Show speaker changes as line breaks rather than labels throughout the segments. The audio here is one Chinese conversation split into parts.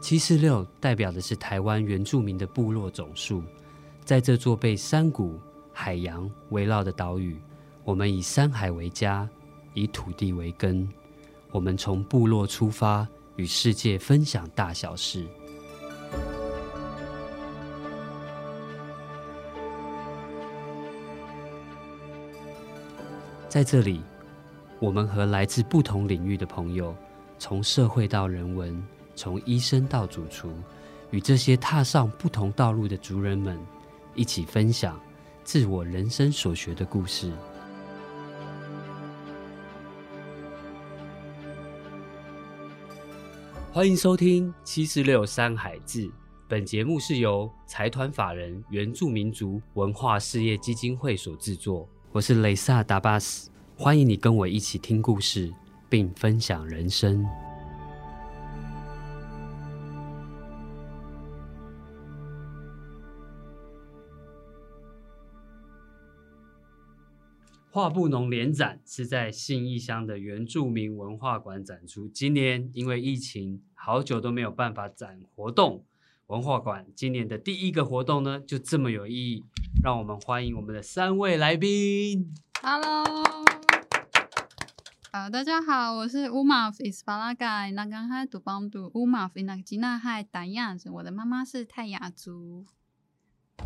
七四六代表的是台湾原住民的部落总数。在这座被山谷、海洋围绕的岛屿，我们以山海为家，以土地为根。我们从部落出发，与世界分享大小事。在这里，我们和来自不同领域的朋友，从社会到人文，从医生到主厨，与这些踏上不同道路的族人们一起分享自我人生所学的故事。欢迎收听《七十六山海志》。本节目是由财团法人原住民族文化事业基金会所制作。我是雷萨达巴斯，欢迎你跟我一起听故事，并分享人生。画布农联展是在信义乡的原住民文化馆展出。今年因为疫情，好久都没有办法展活动。文化馆今年的第一个活动呢，就这么有意义，让我们欢迎我们的三位来宾。
Hello，好，大呃家好，我是 Umaf Ispalaga，那刚嗨杜邦杜 Umaf Inagina 嗨达亚子，我的妈妈是泰雅族，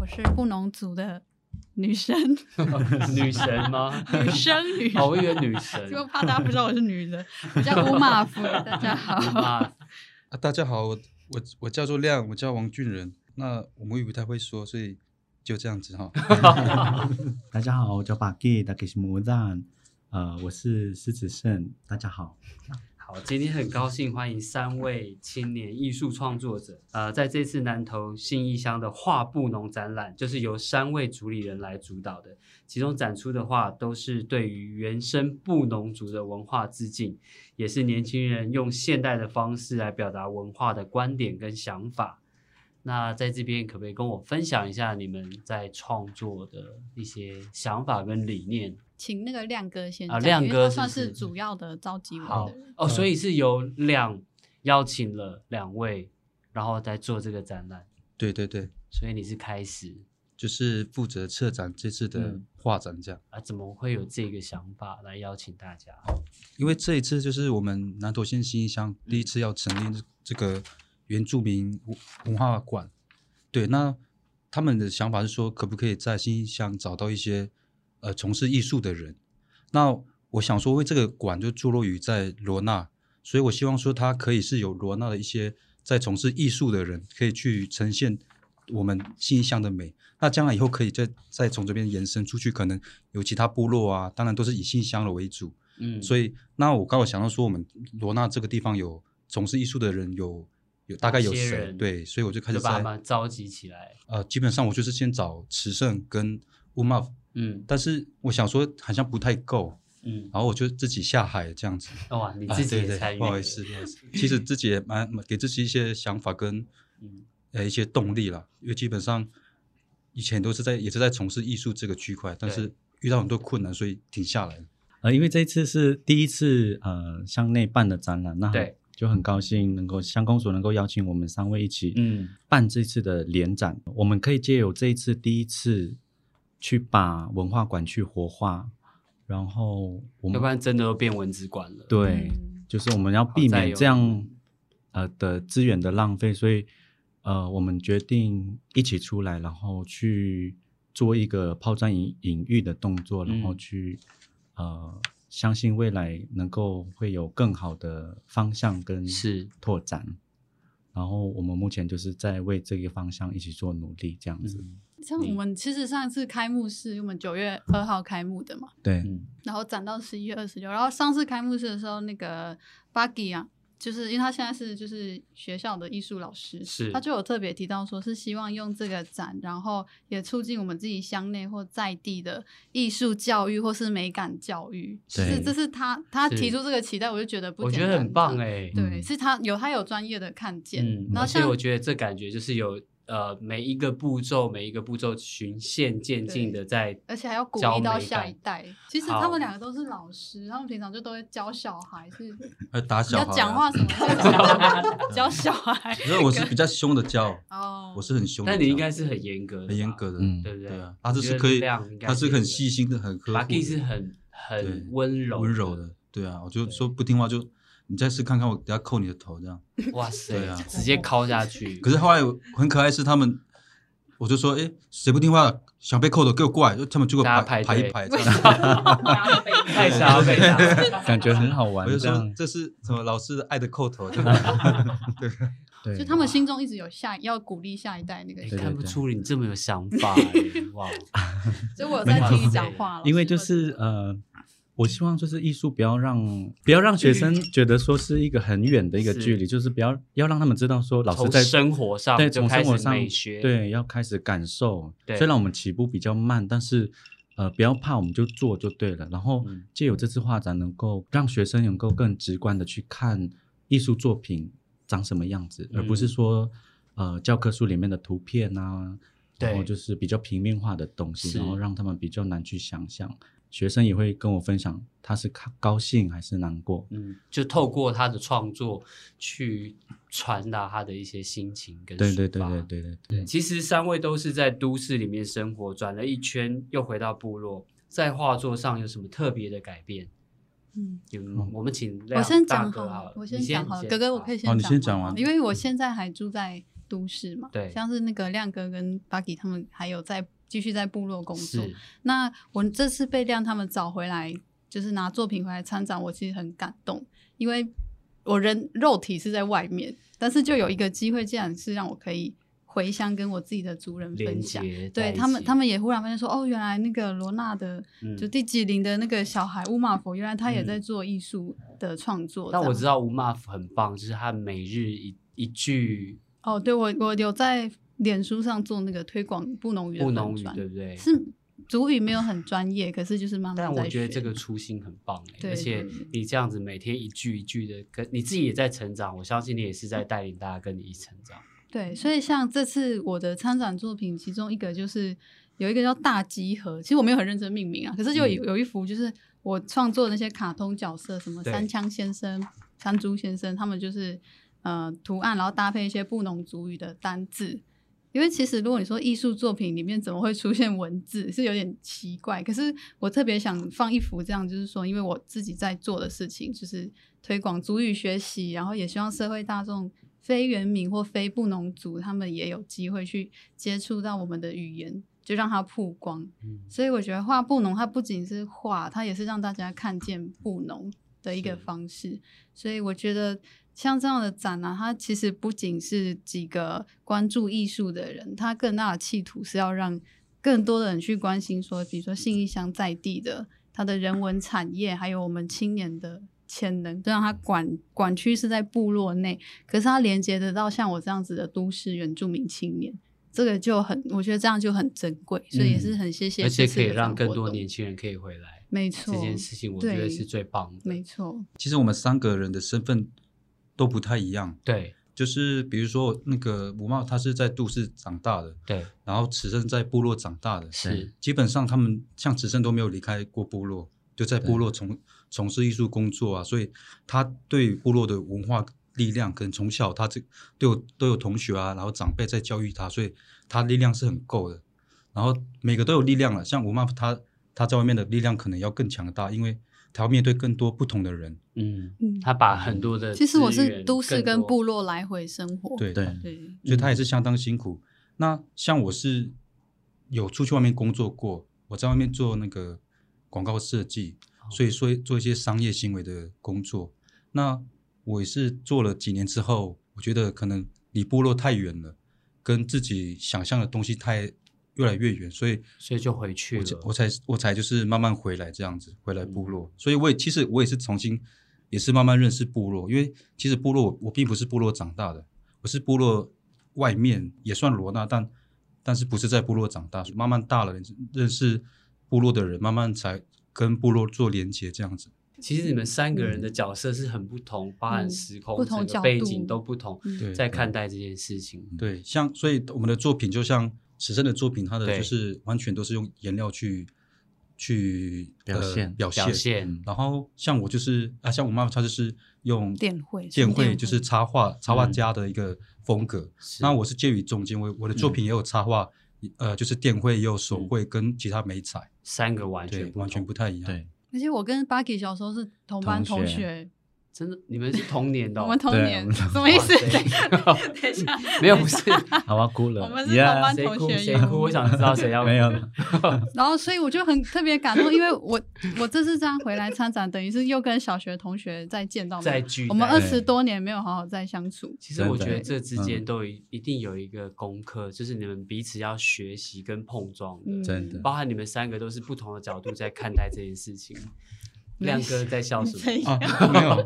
我是布农族的 女生，
女神吗？
女生女
哦，我
生，
以为女神
就。怕大家不知道我是女的，我叫 Umaf，大家好，
啊，
啊，大家好，我我我叫做亮，我叫王俊仁。那我母语不太会说，所以就这样子哈。
大家好，我叫巴吉，大家是摩赞，呃，我是狮子胜，大家好。
好，今天很高兴欢迎三位青年艺术创作者。呃，在这次南投信义乡的画布农展览，就是由三位主理人来主导的，其中展出的画都是对于原生布农族的文化致敬，也是年轻人用现代的方式来表达文化的观点跟想法。那在这边可不可以跟我分享一下你们在创作的一些想法跟理念？
请那个亮哥先
啊
讲，
亮
因为
哥
他
是
算
不
是
是
主要的召集我
好
的人，
哦，所以是有两邀请了两位，然后再做这个展览，
对对对，
所以你是开始
就是负责策展这次的
嗯
画展这样。
啊？怎么会有这个想法来邀请大家？
因为这一次就是我们南投县新义乡第一次要成立这这个原住民文文化馆。对，那他们的想法是说，可不可以在新义乡找到一些呃从事艺术的人？那我想说，为这个馆就坐落于在罗纳，所以我希望说，它可以是有罗纳的一些在从事艺术的人，可以去呈现我们新义乡的美。那将来以后可以再再从这边延伸出去，可能有其他部落啊，当然都是以新乡的为主。
嗯，
所
以
以那我刚好想到说，我们罗纳这个地方有从事艺术的人有有大概有
些
谁？
人
对，所以我就开
就
始
把他
在
们召集起来。
呃，基本上我就是先找池胜跟乌马，
嗯
但是我想说好像不太够，
嗯，
然后我就自己下海这样子。
哦哇，你
啊
自己
对
也
对
参与、
不好意思，不好意思，其实自己也蛮蛮给自己一些想法跟
嗯
呃一些动力啦，因为基本上以前都是在也是在从事艺术这个区块，但是
对
遇到很多困难，所以停下来了。
呃，因为这一次是第一次呃向内办的展览，那很
对
就很高兴能够乡公所能够邀请我们三位一起
嗯
办这次的联展，我们可以借由这一次第一次去把文化馆去活化，然后我
要不
们
然真的都变文字馆了。
对，
嗯
就是我们要避
好再
免
有
这样呃的资源的浪费，所以呃，我们决定一起出来，然后去做一个抛砖引引玉的动作，然后
嗯
去、呃，相信未来能够会有更好的方向跟
是
拓展。然后我们目前就是在为这个方向一起做努力，这样子。
嗯
像我们其实上次开幕是我们九月二号开幕的嘛。
对，
嗯
然后展到十一月二十六。然后上次开幕式的时候，那个 Buggy 啊，就是因为他现在是就是学校的艺术老师，
是
他就有特别提到说是希望用这个展，然后也促进我们自己乡内或在地的艺术教育或是美感教育。
对
是这是他他
是
提出这个期待，我就觉得不
我觉
简
得
单
很棒
这
哎、
对，
嗯
是他有他有专业的看见，
嗯，而
然后
且
像
我觉得这感觉就是有呃每一个步骤每一个步骤循线渐进的在，
而且还要鼓励到下一。代。其实他们两个都是老师，他们平常就都会教小孩，是
还打小
要
孩啊。
讲话什么就教小孩。
可是我是比较凶的教，
哦，
我是很凶的教。
但你应该是很严格的吧，
很严格的，
嗯
对不对
对啊，他
我
这
觉
是
得
可以
量应，该
他是
是
很
有
细心的，很呵护
把 Gay
的，
是很
对
很温柔
温柔的，对啊，我就说不听话就你再试看看，我等下扣你的头这样。
哇塞
对啊，
直
哦
接敲下去。
可是后来我很可爱是他们，我就说哎，谁不听话想被扣的给我过来，就他们结果
大家
排
排
排
队
一排这
为
样，
什么？
太傻了，被打
感觉很好玩
我就，
这
说
样
这是什么老师的爱的扣头，这样
对，
就他们心中一直有下要鼓励下一代那个
哎
对
看不
对
出你这么有想 法欸，哇！
所以我有在听你讲话了，
因为就是呃，我希望就是艺术不要让不要让学生觉得说是一个很远的一个距离，就是不要要让他们知道说老师
从
在
生活上
对
就
从
开
生活
始
上
美学
对要开始感受。
对
虽然我们起步比较慢，但是。呃，不要怕，我们就做就对了。然后
嗯
借由这次画展，能够让学生能够更直观的去看艺术作品长什么样子，而不是
嗯
说呃教科书里面的图片啊，然后
对
就是比较平面化的东西，
是
然后让他们比较难去想象。学生也会跟我分享，他是高高兴还是难过。
嗯，就透过他的创作去传达他的一些心情跟
对对对
抒发
对对对对，
其实三位都是在都市里面生活，转了一圈又回到部落，在画作上有什么特别的改变？
嗯。
有
哦
我们请
我
亮
先
呃大
讲
哥
好
好
了
了，，
我
你
先
先
讲好了。哥哥，我可以先
哦好你先
讲
讲
吗
完
因为我现在还住在都市嘛。
对
像是那个亮哥跟巴吉他们还有在继续在部落工作。
是
那我这次被亮他们找回来，就是拿作品回来参展，我其实很感动，因为我人肉体是在外面，但是就有一个机会，竟然是让我可以回乡跟我自己的族人
连
分享。
接在
对
一
他们，
起
他们也忽然发现说，哦，原来那个罗纳的，
嗯
就第几龄的那个小孩乌马佛，原来他也
嗯
在做艺术的创作。
但我知
道，
道吴 Muff 很棒，就是他每日一一句
哦，对我我有在脸书上做那个推广布农语的
不农
粉
语，
专，
对不对？
是主语没有很专业，可是就是慢慢
但我
在
觉得
学
这个初心很棒、欸，
对
而且
对
你这样子每天一句一句的跟你自己也在成长，我相信你也是在带领大家跟你一起成长。
对，所以像这次我的参展作品，其中一个就是有一个叫大集合，其实我没有很认真命名啊，可是就有、有一幅就是我创作的那些卡通角色，什么
对
三枪先生、山猪先生，他们就是呃图案，然后搭配一些布农族语的单字。因为其实如果你说艺术作品里面怎么会出现文字，是有点奇怪。可是我特别想放一幅这样，就是说，因为我自己在做的事情就是推广族语学习，然后也希望社会大众非原民或非布农族，他们也有机会去接触到我们的语言，就让它曝光。
嗯，
所以我觉得画布农，它不仅是画，它也是让大家看见布农的一个
是
方式。所以我觉得像这样的展呢、它其实不仅是几个关注艺术的人，它更大的企图是要让更多的人去关心说，比如说信义乡在地的它的人文产业，还有我们青年的。潜能，就让它管管区是在部落内，可是它连接得到像我这样子的都市原住民青年，这个就很，我觉得这样就很珍贵，所以也是很谢谢
嗯而
这
且
次
可
的
以
这
让
场活动，
更多年轻人可以回来，
没
这
错，
件事情我觉得
对
是最棒的。
没错，
其实我们三个人的身份都不太一样，
对
就是比如说那个吴茂，他是在都市长大的，
对，
然后池生在部落长大的，
是
基本上他们像池生都没有离开过部落，就在部落从从事艺术工作啊，所以他对部落的文化力量，可能从小他这都有都有同学啊，然后长辈在教育他，所以他力量是很够的。然后每个都有力量了，像吴妈他他在外面的力量可能要更强大，因为他要面对更多不同的人。
嗯，
嗯，
他把很多的
其实我
资
是
源
都市跟
更多
部落来回生活，
对
对
对，
所以他也是相当辛苦。那像我是有出去外面工作过，我在外面做那个广告设计，所以说做一些商业行为的工作。那我也是做了几年之后，我觉得可能离部落太远了，跟自己想象的东西太越来越远，所以
所以就回去
我才
了
我才我才就是慢慢回来这样子，回来部落。所以我也其实我也是重新，也是慢慢认识部落，因为其实部落我我并不是部落长大的，我是部落外面也算罗纳，但但是不是在部落长大，慢慢大了认识部落的人，慢慢才跟部落做连接这样子。
其实你们三个人的角色是很不同，包含
嗯
时空、
不同
整个
角
背
度
景都不同，
嗯
对嗯
在看待这件事情。
对，像所以我们的作品就像史生的作品，它的
对
就是完全都是用颜料去去
表
呃
现
表
表
现。
现，
嗯
然后像我就是啊，像我妈妈她就是用
电绘
电
纯电
绘
绘
就是插画插画
嗯
家的一个风格。
是
那我是介于中间，我我的作品也有插画，呃，就是电绘也有手
嗯
绘跟其他美彩，
三个完
对
全，不
完全
同
不太一样。
对，
而且我跟 Bucky 小时候是同班
同
同
学
学，
真的，你们是同年的哦、
我们同
对我
年，
们同
什么意思？等一下
哇 塞
等一下，
没有，不 是
好啊，哭了，
我们是同班
谁哭
同学
谁哭，我想知道谁要哭。
没有，
然后，所以我就很特别感动，因为我我这次这样回来参展，等于是又跟小学同学再见到面，
再聚
我们
在
二
一
十多年没有好好再相处。
其实我
真
觉
欸
的
得这之间
嗯
都一一定有一个功课，就是你们彼此要学习跟碰撞的，
嗯，
真的
包含你们三个都是不同的角度在看待这件事情。
没
亮哥在笑 什
这
么？
啊，没有，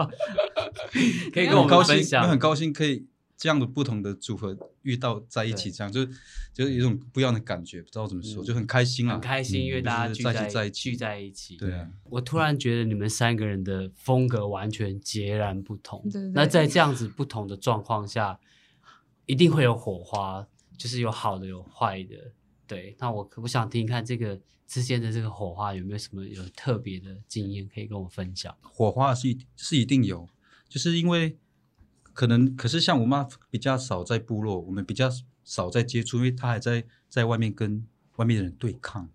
可以
没有
跟我
很高
们
兴
分，
我
享
很。高兴可以这样的不同的组合遇到在一起，
对
这样就是就是有一种不一样的感觉，不知道怎么说，
嗯
就很开心啊，
很开心，
嗯
因为大家聚
就是再
在
聚在一起
聚在一起。
对啊，
我突然觉得你们三个人的风格完全截然不同。
对对？
那在这样子不同的状况下，一定会有火花，就是有好的有坏的。对，那我我想听听看这个之间的这个火花有没有什么有特别的经验可以跟我分享？
火花是一是一定有，就是因为可能可是像我妈比较少在部落，我们比较少在接触，因为她还在在外面跟外面的人对抗，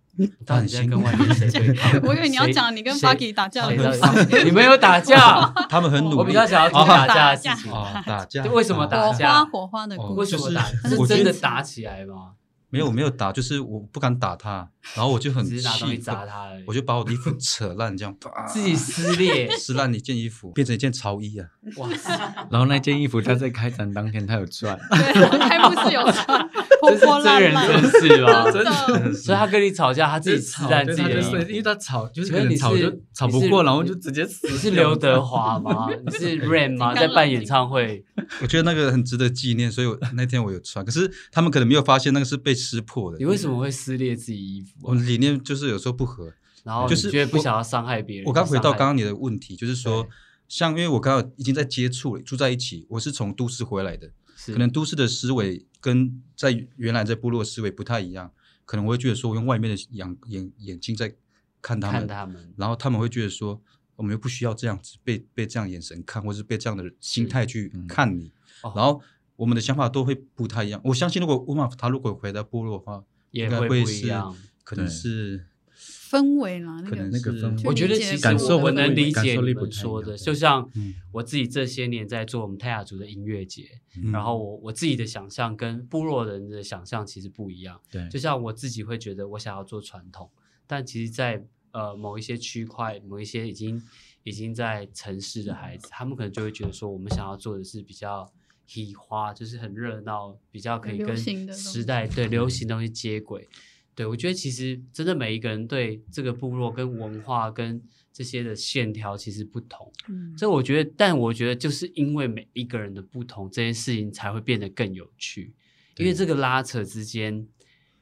她
到
很
底在
辛
跟
苦，
外面 谁对抗
我以为你要
谁
讲你跟
谁
Bucky 打架的
谁
故
到
事
底你们有打 架？
他们很努力。
啊我比较想要听哦打架的事情。
啊，打架
为什么打
火
架
花火花的
哦
故
为什
事，
么打？
就是
是
我觉
真
得
的打起来吗？
没有我没有打，就是我不敢打她，然后我就很
只
气
是拿东西砸
愤，
他而已。
我就把我的衣服扯烂，这样 啪，
自己撕裂
撕烂一件衣服，变成一件潮衣啊！
哇塞！
然后那件衣服他在开展当天他有穿，
对，还不 是有穿 破
这是
破
真
烂
人
烂，
真事吗？
真的，
所以他跟你吵架，他自己撕烂自己的
就
衣
是因为
服。
他吵，就是
请
可
问
能
你
吵
是
就吵
你
不
是
过，然后就直接死。
你是刘德华吗？ 你是 Rain 吗？在办演唱会？
我觉得那个很值得纪念，所以我那天我有穿。可是他们可能没有发现那个是被撕破的
你。为什么会撕裂自己衣服
我
啊？
们理念就是有时候不合。
然后哦你
就是
觉得不
我
想要伤害别人？
我刚回到
伤害
刚刚你的问题，就是说
对，
像因为我刚刚已经在接触了，住在一起，我是从都市回来的，
是
可能都市的思维跟在原来在部落的思维不太一样，可能我会觉得说，我用外面的眼眼眼睛在看他
看
们，
他们
然后他们会觉得说，我们又不需要这样子被被这样眼神看，或是被这样的心态去
嗯
看你。
哦
然后我们的想法都会不太一样。我相信，如果乌马他如果回到部落的话，
也
应该
会不
会
一
是
样。
可能
对
是
氛围啦，那
可能
个
那个
是
氛围
我觉得
就理解
其实
感受
我
会
能
不一
理
感
解
受
你
力不
们
太一
说
样
的，
对
就像
嗯
我自己这些年在做我们泰雅族的音乐节，
嗯
然后我我自己的想象跟部落人的想象其实不一样。
对，
就像我自己会觉得我想要做传统，但其实在，呃某一些区块，某一些已经已经在城市的孩子，他们可能就会觉得说，我们想要做的是比较喜花，就是很热闹，比较可以
流
跟
行的东
时代对流行的东西接轨。对我觉得其实真的每一个人对这个部落跟文化跟这些的线条其实不同。
嗯
所以我觉得，但我觉得就是因为每一个人的不同，这件事情才会变得更有趣。因为这个拉扯之间，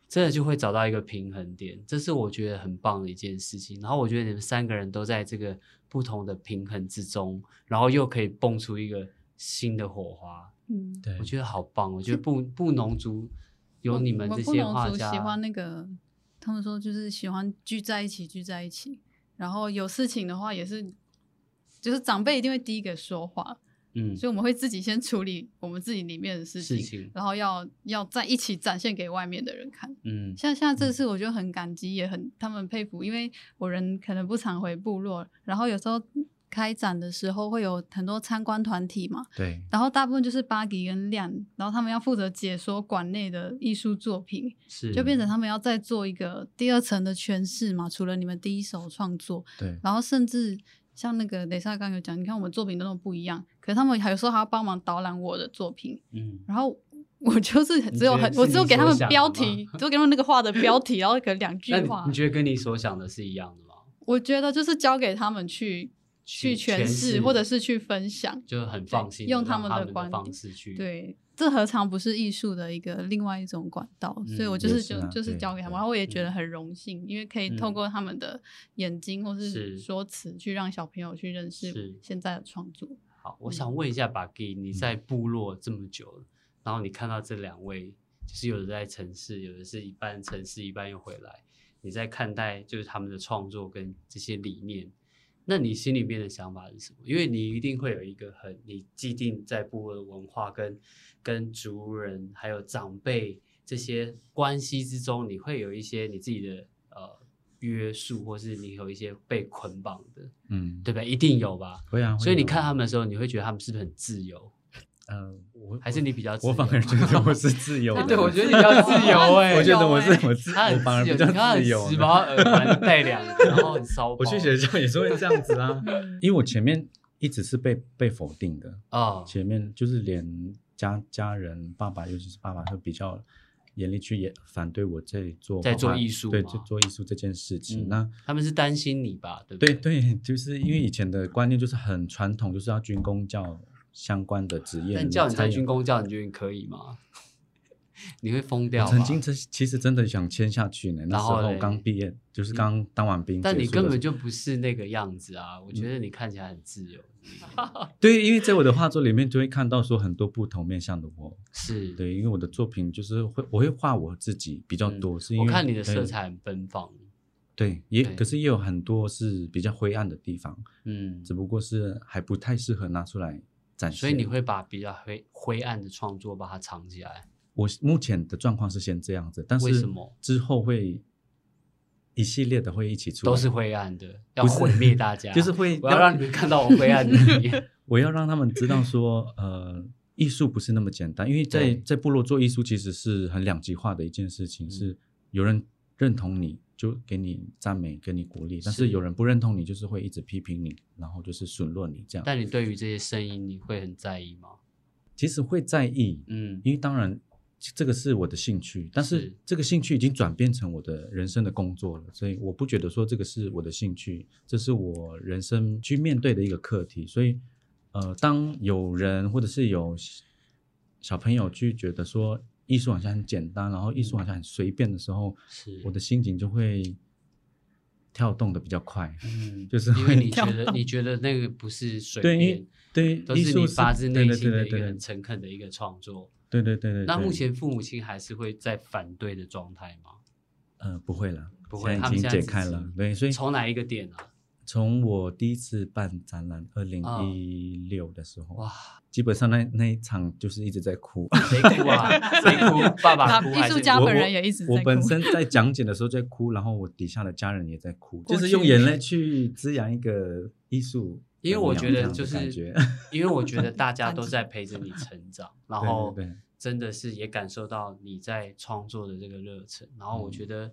真的就会找到一个平衡点，这是我觉得很棒的一件事情。然后我觉得你们三个人都在这个不同的平衡之中，然后又可以蹦出一个新的火花，
嗯，
对
我，觉得好棒。哦我觉 得布布农族有你们
我
这
们布
些
农
画
族
家，
喜欢那个，他们说就是喜欢聚在一起，聚在一起。然后有事情的话，也是就是长辈一定会第一个说话，
嗯
所以我们会自己先处理我们自己里面的事情，
事情，
然后要要在一起展现给外面的人看。
嗯
像像这次我就很感激，也很他们佩服，因为我人可能不常回部落，然后有时候开展的时候会有很多参观团体嘛，
对，
然后大部分就是巴吉跟亮，然后他们要负责解说馆内的艺术作品，
是
就变成他们要再做一个第二层的诠释嘛。除了你们第一手创作，
对，
然后甚至像那个雷萨刚有讲，你看我们作品都那么不一样，可是他们还有时候还要帮忙导览我的作品，
嗯
然后。 我就是
你
只有
觉得
很，
是
我只有
你
给他
所
们
想的
标
吗
题，只有给他们那个画的标题，然后可能两句
那你
话
你。觉得跟你所想的是一样的吗？
我觉得就是交给他们去去
去诠
诠释，
释
或者是去分享。
就很放心地
用
让
他
他
们的
们的
观
方
点
式去
对，这何尝不是艺术的一个另外一种管道？所以我就
也
是
是
就
啊
就是
对
交给他们，
对
然后我也觉得很荣幸，因为可以透
嗯
过他们的眼睛或
是
是说辞去让小朋友去认识
是
现在的创作。
好，我想问一下巴吉，你在部落这么久了，然后你看到这两位，就是有的在城市，有的是一半城市，一半又回来，你在看待就是他们的创作跟这些理念，那你心里面的想法是什么？因为你一定会有一个很你既定在部落的文化跟跟族人还有长辈这些关系之中，你会有一些你自己的呃约束，或是你有一些被捆绑的，
嗯，
对吧？一定有吧？
会啊。会
所以你
有
看
啊
他们的时候，你会觉得他们是不是很自由？
呃，我
还是你比较自由
我反而觉得我是自 由的，
对，我觉得 你比较自由哎、
我觉得我
有
是
欸，
我 自，
他
我
很
反而
自由，
比
你
较
看他很
自由
时髦，
呢。
他耳环戴两个，然后很骚包。
我去学校也是会这样子啊
嗯，
因为我前面一直是被被否定的，
啊，
前面就是连家家人、爸爸，尤其是爸爸，会比较严厉去也反对我在做
在做
画画
艺术
对，
嘛
在做艺术这件事情。
嗯
那
他们是担心你吧？对不
对
对？
对，就是因为以前的观念就是很传统，就是要军工教相关的职业，
但叫你
才
在
有
军工教，你觉得你可以吗？ 你会疯
我
掉吧？
曾经真其实真的想签下去呢，那
然
时
后
候
嘞嗯
刚毕业，就是刚当完兵结束嗯的时候，
但你根本就不是那个样子啊！我觉得你看起来很自由，
对，因为在我的画作里面就会看到说很多不同面向的我，
是。
对，因为我的作品就是会我会画我自己比较多，是
嗯
因
我
为
看你的
对
色彩很奔放，
对，也
对
可是也有很多是比较灰暗的地方，
嗯，
只不过是还不太适合拿出来展示。
所以你会把比较灰灰暗的创作把它藏起来，
我目前的状况是先这样子，但是
为什么
之后会一系列的会一起出来，
都是灰暗的，要
不是
毁灭大家，
就是会
我要让你们看到我灰暗的一 面。
我要让他们知道说，呃，艺术不是那么简单，因为在
对
在部落做艺术其实是很两极化的一件事情，
嗯
是有人认同你就给你赞美，给你鼓励，但
是
是有人不认同你，就是会一直批评你，然后就是数落你这样。
但你对于这些声音，你会很在意吗？
其实会在意，
嗯，
因为当然这个是我的兴趣，但是
是
这个兴趣已经转变成我的人生的工作了，所以我不觉得说这个是我的兴趣，这是我人生去面对的一个课题。所以，呃，当有人或者是有小朋友去觉得说艺术好像很简单，然后艺术好像很随便的时候，
是
我的心情就会跳动的比较快。
嗯，
就是
因为你觉
跳
得
动
你觉得那个不是随
对，因为
便，
对
都
艺
是
术
你发自内心的一个
对对对对
很诚恳的一个创作。
对对对对。
那
对
目前父母亲还是会在反对的状态吗？
呃，不会了，
不会
现
他
在
们
已
现在
经解
自
开
己
了。对，所以
从哪一个点啊？
从我第一次办展览，二零一六的时候，
哇，
基本上那那一场就是一直在哭。
谁哭啊？ 谁哭？爸爸
那
哭还
艺
是
术
你
家
哭
本人也一直在
我本
哭
身在讲解的时候在哭，然后我底下的家人也在哭，
过
就是用
去
眼泪去滋养一个艺术
因
能量这样的感
为我觉
觉。
得就是， 因为我觉得大家
感
都
激
在陪着你成长，然后
对对
真的是也感受到你在创作的这个热忱，然后我
嗯
觉得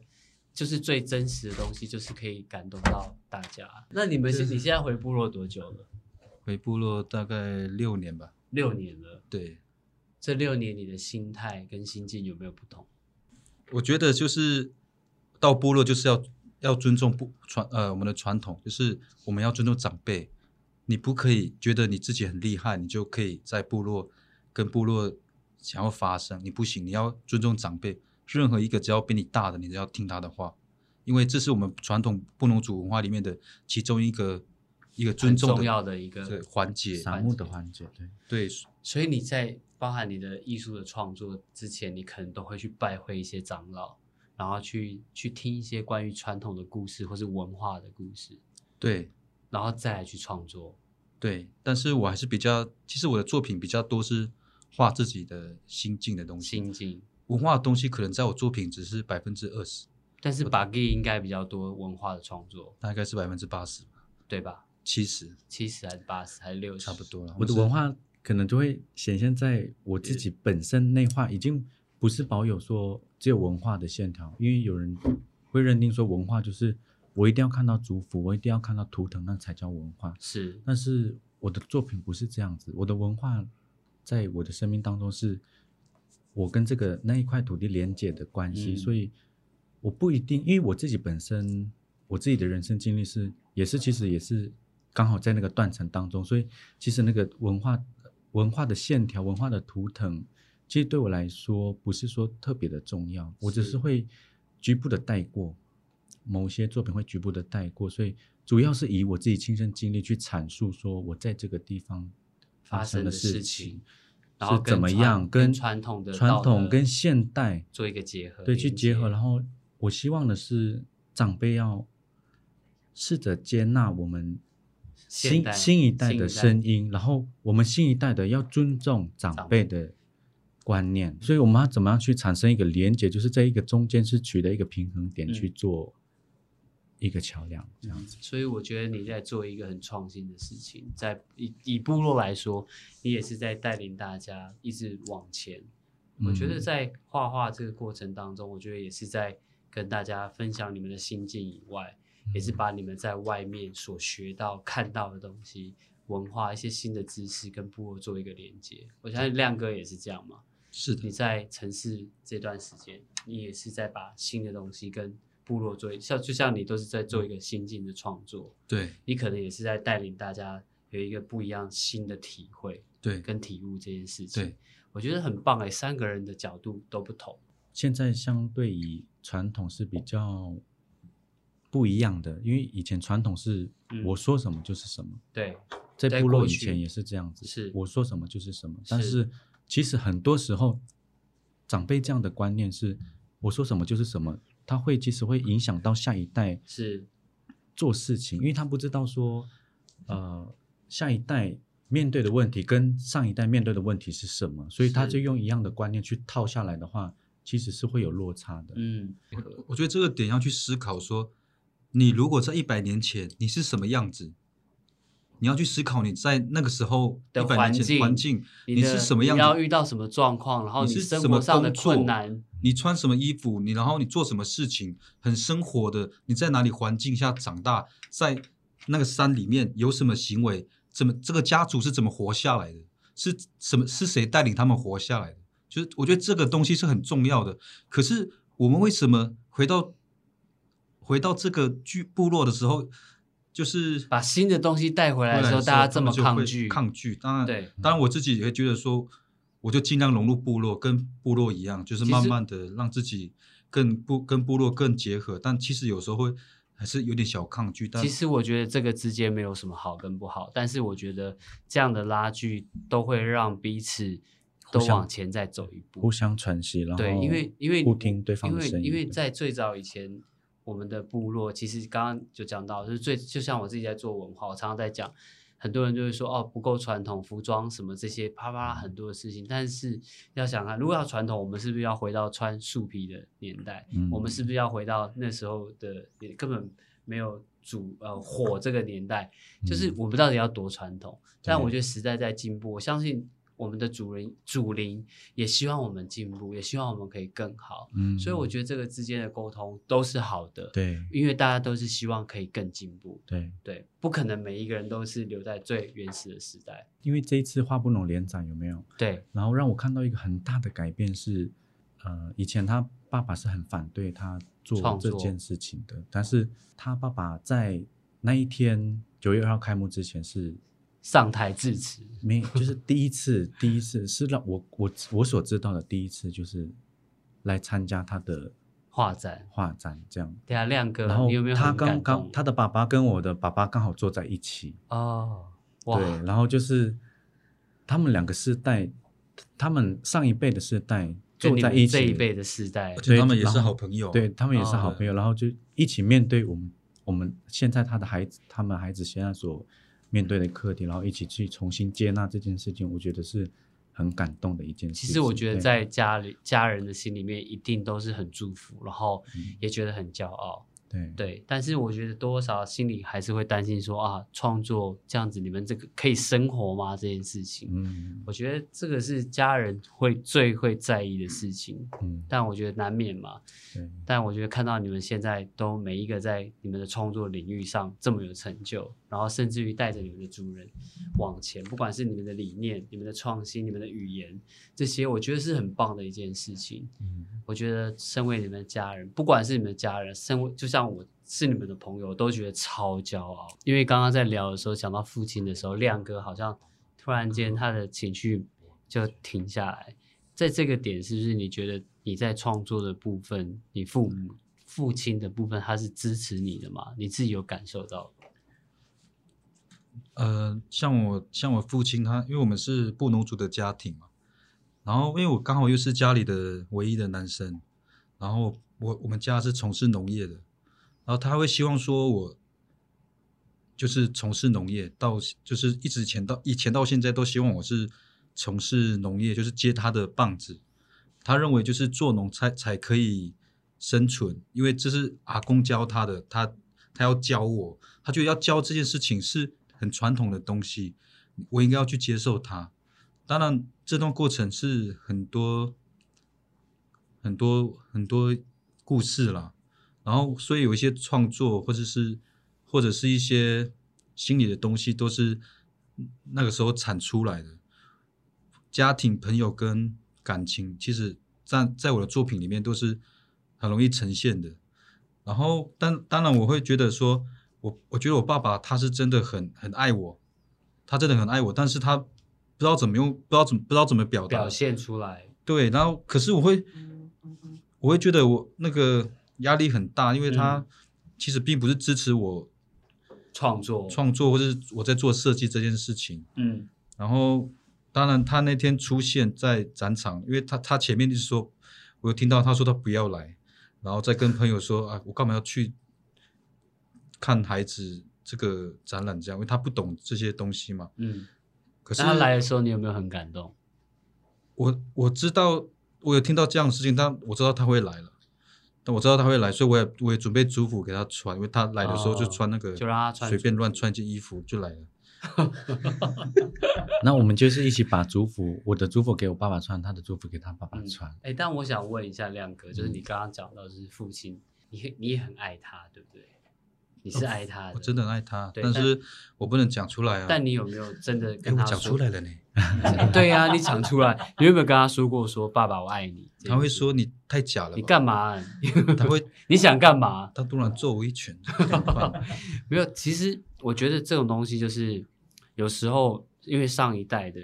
就是最真实的东西，就是可以感动到大家。那你们现你现在回部落多久了？
回部落大概六年吧。
六年了。
对，
这六年你的心态跟心境有没有不同？
我觉得就是到部落就是要要尊重不传呃我们的传统，就是我们要尊重长辈，你不可以觉得你自己很厉害，你就可以在部落跟部落想要发声，你不行，你要尊重长辈，任何一个只要比你大的，你都要听他的话，因为这是我们传统布农族文化里面的其中一个一个尊
很
重
重要的
的
啊一个
对环节，
赏木的环节，对，
对
所以你在包含你的艺术的创作之前，你可能都会去拜会一些长老，然后去去听一些关于传统的故事或是文化的故事，
对，
然后再来去创作。
对，但是我还是比较，其实我的作品比较多是画自己的心境的东西，
心境。
文化的东西可能在我作品只是百分之二十，
但是 Buggy 应该比较多文化的创作，
大概是百分之八十、
对吧？
七十，
七十还是八十还是六十？
差不。多了。
我的
是
文化可能就会显现在我自己本身内化，已经不是保有说只有文化的线条，因为有人会认定说文化就是我一定要看到族服，我一定要看到图腾，那才叫文化。
是
但是我的作品不是这样子，我的文化在我的生命当中是我跟这个那一块土地连接的关系，
嗯
所以我不一定，因为我自己本身我自己的人生经历是也是其实也是刚好在那个断层当中，所以其实那个文化文化的线条、文化的图腾其实对我来说不是说特别的重要，我只
是
是会局部的带过某些作品，会局部的带过，所以主要是以我自己亲身经历去阐述，说我在这个地方
发
生
生的
事
事情然后
是怎
跟
么
传
样，
跟
跟
传统的道
传统
德
跟现代
做一个结合
对，去
连
结合。
接
然后我希望的是，长辈要试着接纳我们
现
新
代
新一代
新
的
一代
声音，然后我们新一代的要尊重长
长
辈的观念，所以我们要怎么样去产生一个连接，就是在一个中间是取得一个平衡点去
嗯
做一个桥梁，这样子。
所以我觉得你在做一个很创新的事情，在以以部落来说，你也是在带领大家一直往前。我觉得
嗯
在画画这个过程当中，我觉得也是在跟大家分享你们的心境以外，也是把你们在外面所学到、看到的东西、文化一些新的知识跟部落做一个连接。我相信亮哥也是这样嘛。
是
你
的，
在城市这段时间，你也是在把新的东西跟部落做一，像就像你都是在做一
嗯
个新进的创作，
对
你可能也是在带领大家有一个不一样新的体会
对
跟体悟这件事情。
对，
我觉得很棒哎、三个人的角度都不同。
现在相对以传统是比较不一样的，因为以前传统是
嗯
我说什么就是什么。
对，在
在部落
过
以
去
前也是这样子，
是
我说什么就是什么。但
是
是其实很多时候，长辈这样的观念是我说什么就是什么，他会其实会影响到下一代
是
做事情，因为他不知道说，呃，下一代面对的问题跟上一代面对的问题是什么，所以他
是
就用一样的观念去套下来的话，其实是会有落差的。
嗯，
我我觉得这个点要去思考说，你如果在一百年前你是什么样子，你要去思考你在那个时候一
的
百
环
年前
境
的环境，
你
你
的
是什么样
你要
子，
遇到什么状况，然后
你是
生
什么
活上的
工作
困难，
你穿什么衣服，你然后你做什么事情，很生活的，你在哪里环境下长大，在那个山里面有什么行为，怎么这个家族是怎么活下来的，是什么是谁带领他们活下来的？就是我觉得这个东西是很重要的。可是我们为什么回到回到这个居部落的时候，就是
把新的东西带回来的时候，
回
大家这
他们
么
就
抗
会
拒，
抗拒，当然
对，
当然我自己也会觉得说，我就尽量融入部落，跟部落一样，就是
其实
慢慢的让自己更不跟部落更结合。但其实有时候会还是有点小抗拒，但
其实我觉得这个之间没有什么好跟不好，但是我觉得这样的拉锯都会让彼此都
互相
往前再走一步
互。相传习，然后
对，因为因为
不听对方
因
的
为
声音，
因为
对
在最早以前，我们的部落其实刚刚就讲到，就是最就像我自己在做文化，我常常在讲，很多人就会说哦不够传统，服装什么这些啪啪啦很多的事情，但是要想看，如果要传统，我们是不是要回到穿树皮的年代？
嗯
我们是不是要回到那时候的也根本没有煮呃火这个年代？就是
嗯
我们到底要多传统？但我
对
觉得时代在进步，我相信我们的主人主灵也希望我们进步，也希望我们可以更好。
嗯
所以我觉得这个之间的沟通都是好的，，
对
因为大家都是希望可以更进步，
对，
对，不可能每一个人都是留在最原始的时代，
因为这一次画不拢连展有没有？
对，
然后让我看到一个很大的改变是，呃，以前他爸爸是很反对他
创
做
作
这件事情的，但是他爸爸在那一天九月二号开幕之前是
上台致辞，
没，就是第一次，第一次是让我我我所知道的第一次就是来参加他的
画展
画展这样。
对啊，亮哥
然，后
你有没有
他
很感
刚刚
动
他的爸爸跟我的爸爸刚好坐在一起，
哦，哇，
对，然后就是他们两个世代，他们上一辈的世代
跟
坐
你
在
们
一起，
这一辈的世代
而，且他们也
然
是
后
好朋友，啊
对他们也是
哦
好朋友，然后就一起面对我们我们现在他的孩子，他们孩子现在所面对的课题，然后一起去重新接纳这件事情，我觉得是很感动的一件事情。
其实我觉得
对
在家里家人的心里面一定都是很祝福，然后
嗯
也觉得很骄傲，
对
对，但是我觉得多多少少心里还是会担心说啊，创作这样子，你们这个可以生活吗？这件事情，
嗯
我觉得这个是家人会最会在意的事情。
嗯
但我觉得难免嘛。
对
但我觉得看到你们现在都每一个在你们的创作领域上这么有成就，然后甚至于带着你们的主人往前，不管是你们的理念、你们的创新、你们的语言这些，我觉得是很棒的一件事情。
嗯
我觉得身为你们的家人，不管是你们的家人，身为就像我是你们的朋友，我都觉得超骄傲。因为刚刚在聊的时候，讲到父亲的时候，亮哥好像突然间他的情绪就停下来，在这个点，是不是你觉得你在创作的部分，你父
嗯
母、父亲的部分，他是支持你的吗？你自己有感受到吗？
呃，像我像我父亲他，因为我们是布农族的家庭嘛，然后因为我刚好又是家里的唯一的男生，然后我我们家是从事农业的，然后他会希望说我就是从事农业到就是一直前到以前到现在都希望我是从事农业，就是接他的棒子，他认为就是做农才才可以生存，因为这是阿公教他的，他他要教我，他觉得要教这件事情是很传统的东西，我应该要去接受它。当然，这段过程是很多很多很多故事啦，然后所以有一些创作或者是或者是一些心理的东西，都是那个时候产出来的。家庭、朋友跟感情，其实在在我的作品里面都是很容易呈现的。然后，当当然我会觉得说，我我觉得我爸爸他是真的很很爱我，他真的很爱我，但是他不知道怎么用，不知道怎么不知道怎么表达，
表现出来，
对，然后可是我会，
嗯
我会觉得我那个压力很大，因为
嗯
他其实并不是支持我
创作，
创作或者是我在做设计这件事情。
嗯，
然后，当然他那天出现在展场，因为他他前面就是说，我有听到他说他不要来，然后再跟朋友说啊，我干嘛要去看孩子这个展览这样，因为他不懂这些东西嘛。
嗯，
可是
那他来的时候，你有没有很感动？
我我知道，我有听到这样的事情，但我知道他会来了，但我知道他会来，所以我也我也准备族服给他穿，因为他来的时候就
哦
穿那个，
就让他穿
随便
族服
乱穿一件衣服就来了。
那我们就是一起把族服，我的族服给我爸爸穿，他的族服给他爸爸
嗯
穿。
哎、但我想问一下亮哥，就是你
嗯
刚刚讲到，就是父亲，你你也很爱他，对不对？你是爱他的，
哦我真的很爱他，
对
但
但
是我不能讲出来啊。
但你有没有真的
哎，
跟
我
他
讲
说
出来了呢，
对呀、你讲出来，你有没有跟他说过说爸爸我爱你？
他会说你太假了，
你干？嘛？啊
他会，
你想干嘛？
他突然揍我一拳，怎么办
没有，其实我觉得这种东西就是有时候因为上一代的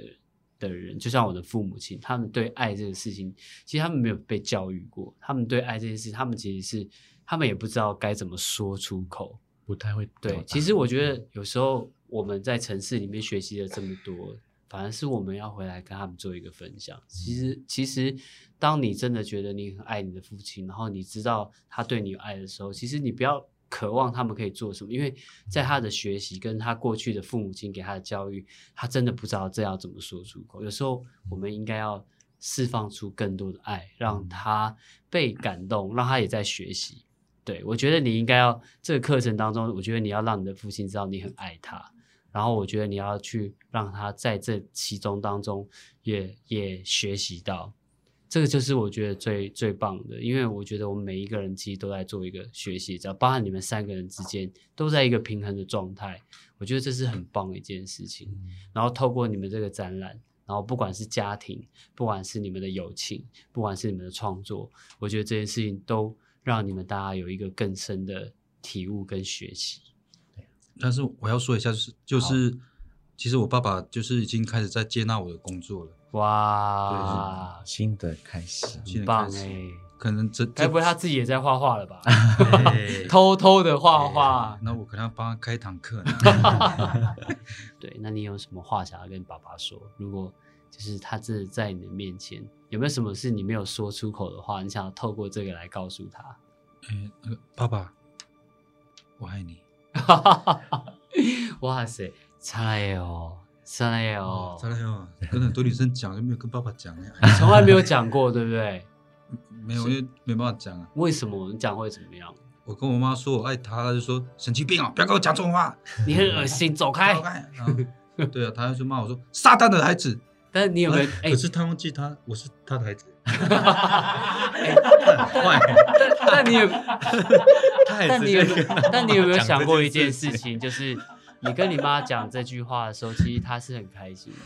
的人，就像我的父母亲，他们对爱这个事情，其实他们没有被教育过，他们对爱这件事，他们其实是他们也不知道该怎么说出口。
不太会表
对
达，
其实我
嗯
觉得有时候我们在城市里面学习了这么多，反而是我们要回来跟他们做一个分享。其实，其实当你真的觉得你很爱你的父亲，然后你知道他对你有爱的时候，其实你不要渴望他们可以做什么，因为在他的学习跟他过去的父母亲给他的教育，他真的不知道这要怎么说出口。有时候我们应该要释放出更多的爱，让他被感动，让他也在学习。对，我觉得你应该要这个课程当中，我觉得你要让你的父亲知道你很爱他，然后我觉得你要去让他在这其中当中也也学习到，这个就是我觉得最最棒的，因为我觉得我们每一个人其实都在做一个学习，只要包含你们三个人之间都在一个平衡的状态，我觉得这是很棒的一件事情。然后透过你们这个展览，然后不管是家庭，不管是你们的友情，不管是你们的创作，我觉得这件事情都让你们大家有一个更深的体悟跟学习。
但是我要说一下，就是就是，其实我爸爸就是已经开始在接纳我的工作了，
哇，
新的开始，
现在
很棒
开
哎、
始可能这
该
这
不会他自己也在画画了 吧？
哎
偷偷的画
哎
画。
那我可能要帮他开一堂课 呢。
对，那你有什么话想要跟爸爸说？如果就是他真的在你的面前，有没有什么是你没有说出口的话，你想要透过这个来告诉他？
哎，那个爸爸，我爱你。
哇塞，差了哦，差了
哦
哦，，
再来哦，跟很多女生讲就没有跟爸爸讲呀，
你从来没有讲过，对不对？
没有，因为没办法讲啊。
为什么我们讲会怎么样？
我跟我妈说我爱她，她就说神经病啊，不要跟我讲这种话，
你很恶心，走开
走！开。然后对啊，她就骂我说撒旦的孩子。
但是你有没有？ 哎、
可是她忘记她我是她的 孩子，
哎
很坏，
但你有，
她也
但你
直
有
接跟她，
但你有没有
讲
想
这
过
件
一件
事
事情，就是你跟你妈讲这句话的时候，其实她是很开心的。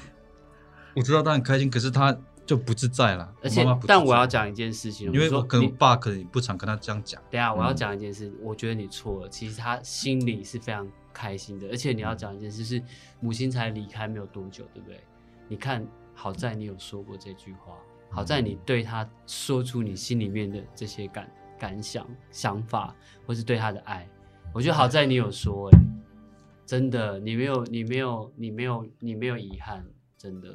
我知道她很开心，可是她就不自在了。
而且，
我妈妈不自在
但我要，讲一件事情，
因为
说
我跟我
你
爸可能也不常跟她这样讲。
等一下，我要
嗯
讲一件事，我觉得你错了。其实他心里是非常开心的，而且你要讲一件事是，母亲才离开没有多久，对不对？你看，好在你有说过这句话，好在你对他说出你心里面的这些感感想、想法，或是对他的爱。我觉得好在你有说、欸，哎，真的，你没有，你没有，你没有，你没有遗憾，真的。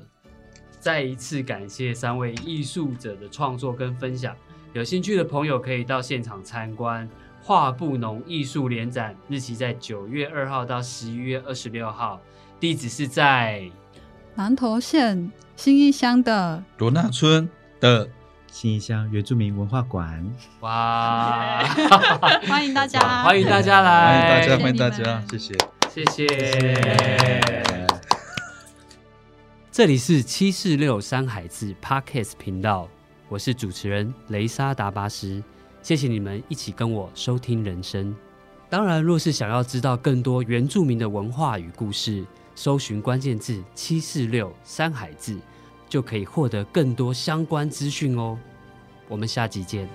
再一次感谢三位艺术者的创作跟分享，有兴趣的朋友可以到现场参观。画布农艺术联展日期在九月二号到十一月二十六号，地址是在
南投县新义乡的
罗纳村的
新义乡原住民文化馆，
哇，
欢迎大 家，
欢迎大家
欢迎
来，
大家，
谢
欢迎大
你们
家，谢谢。
哎谢谢。这里是七四六山海志 Podcast 频道，我是主持人雷莎达巴斯，谢谢你们一起跟我收听人生。当然，若是想要知道更多原住民的文化与故事，搜寻关键字“七四六山海志”，就可以获得更多相关资讯哦。我们下集见。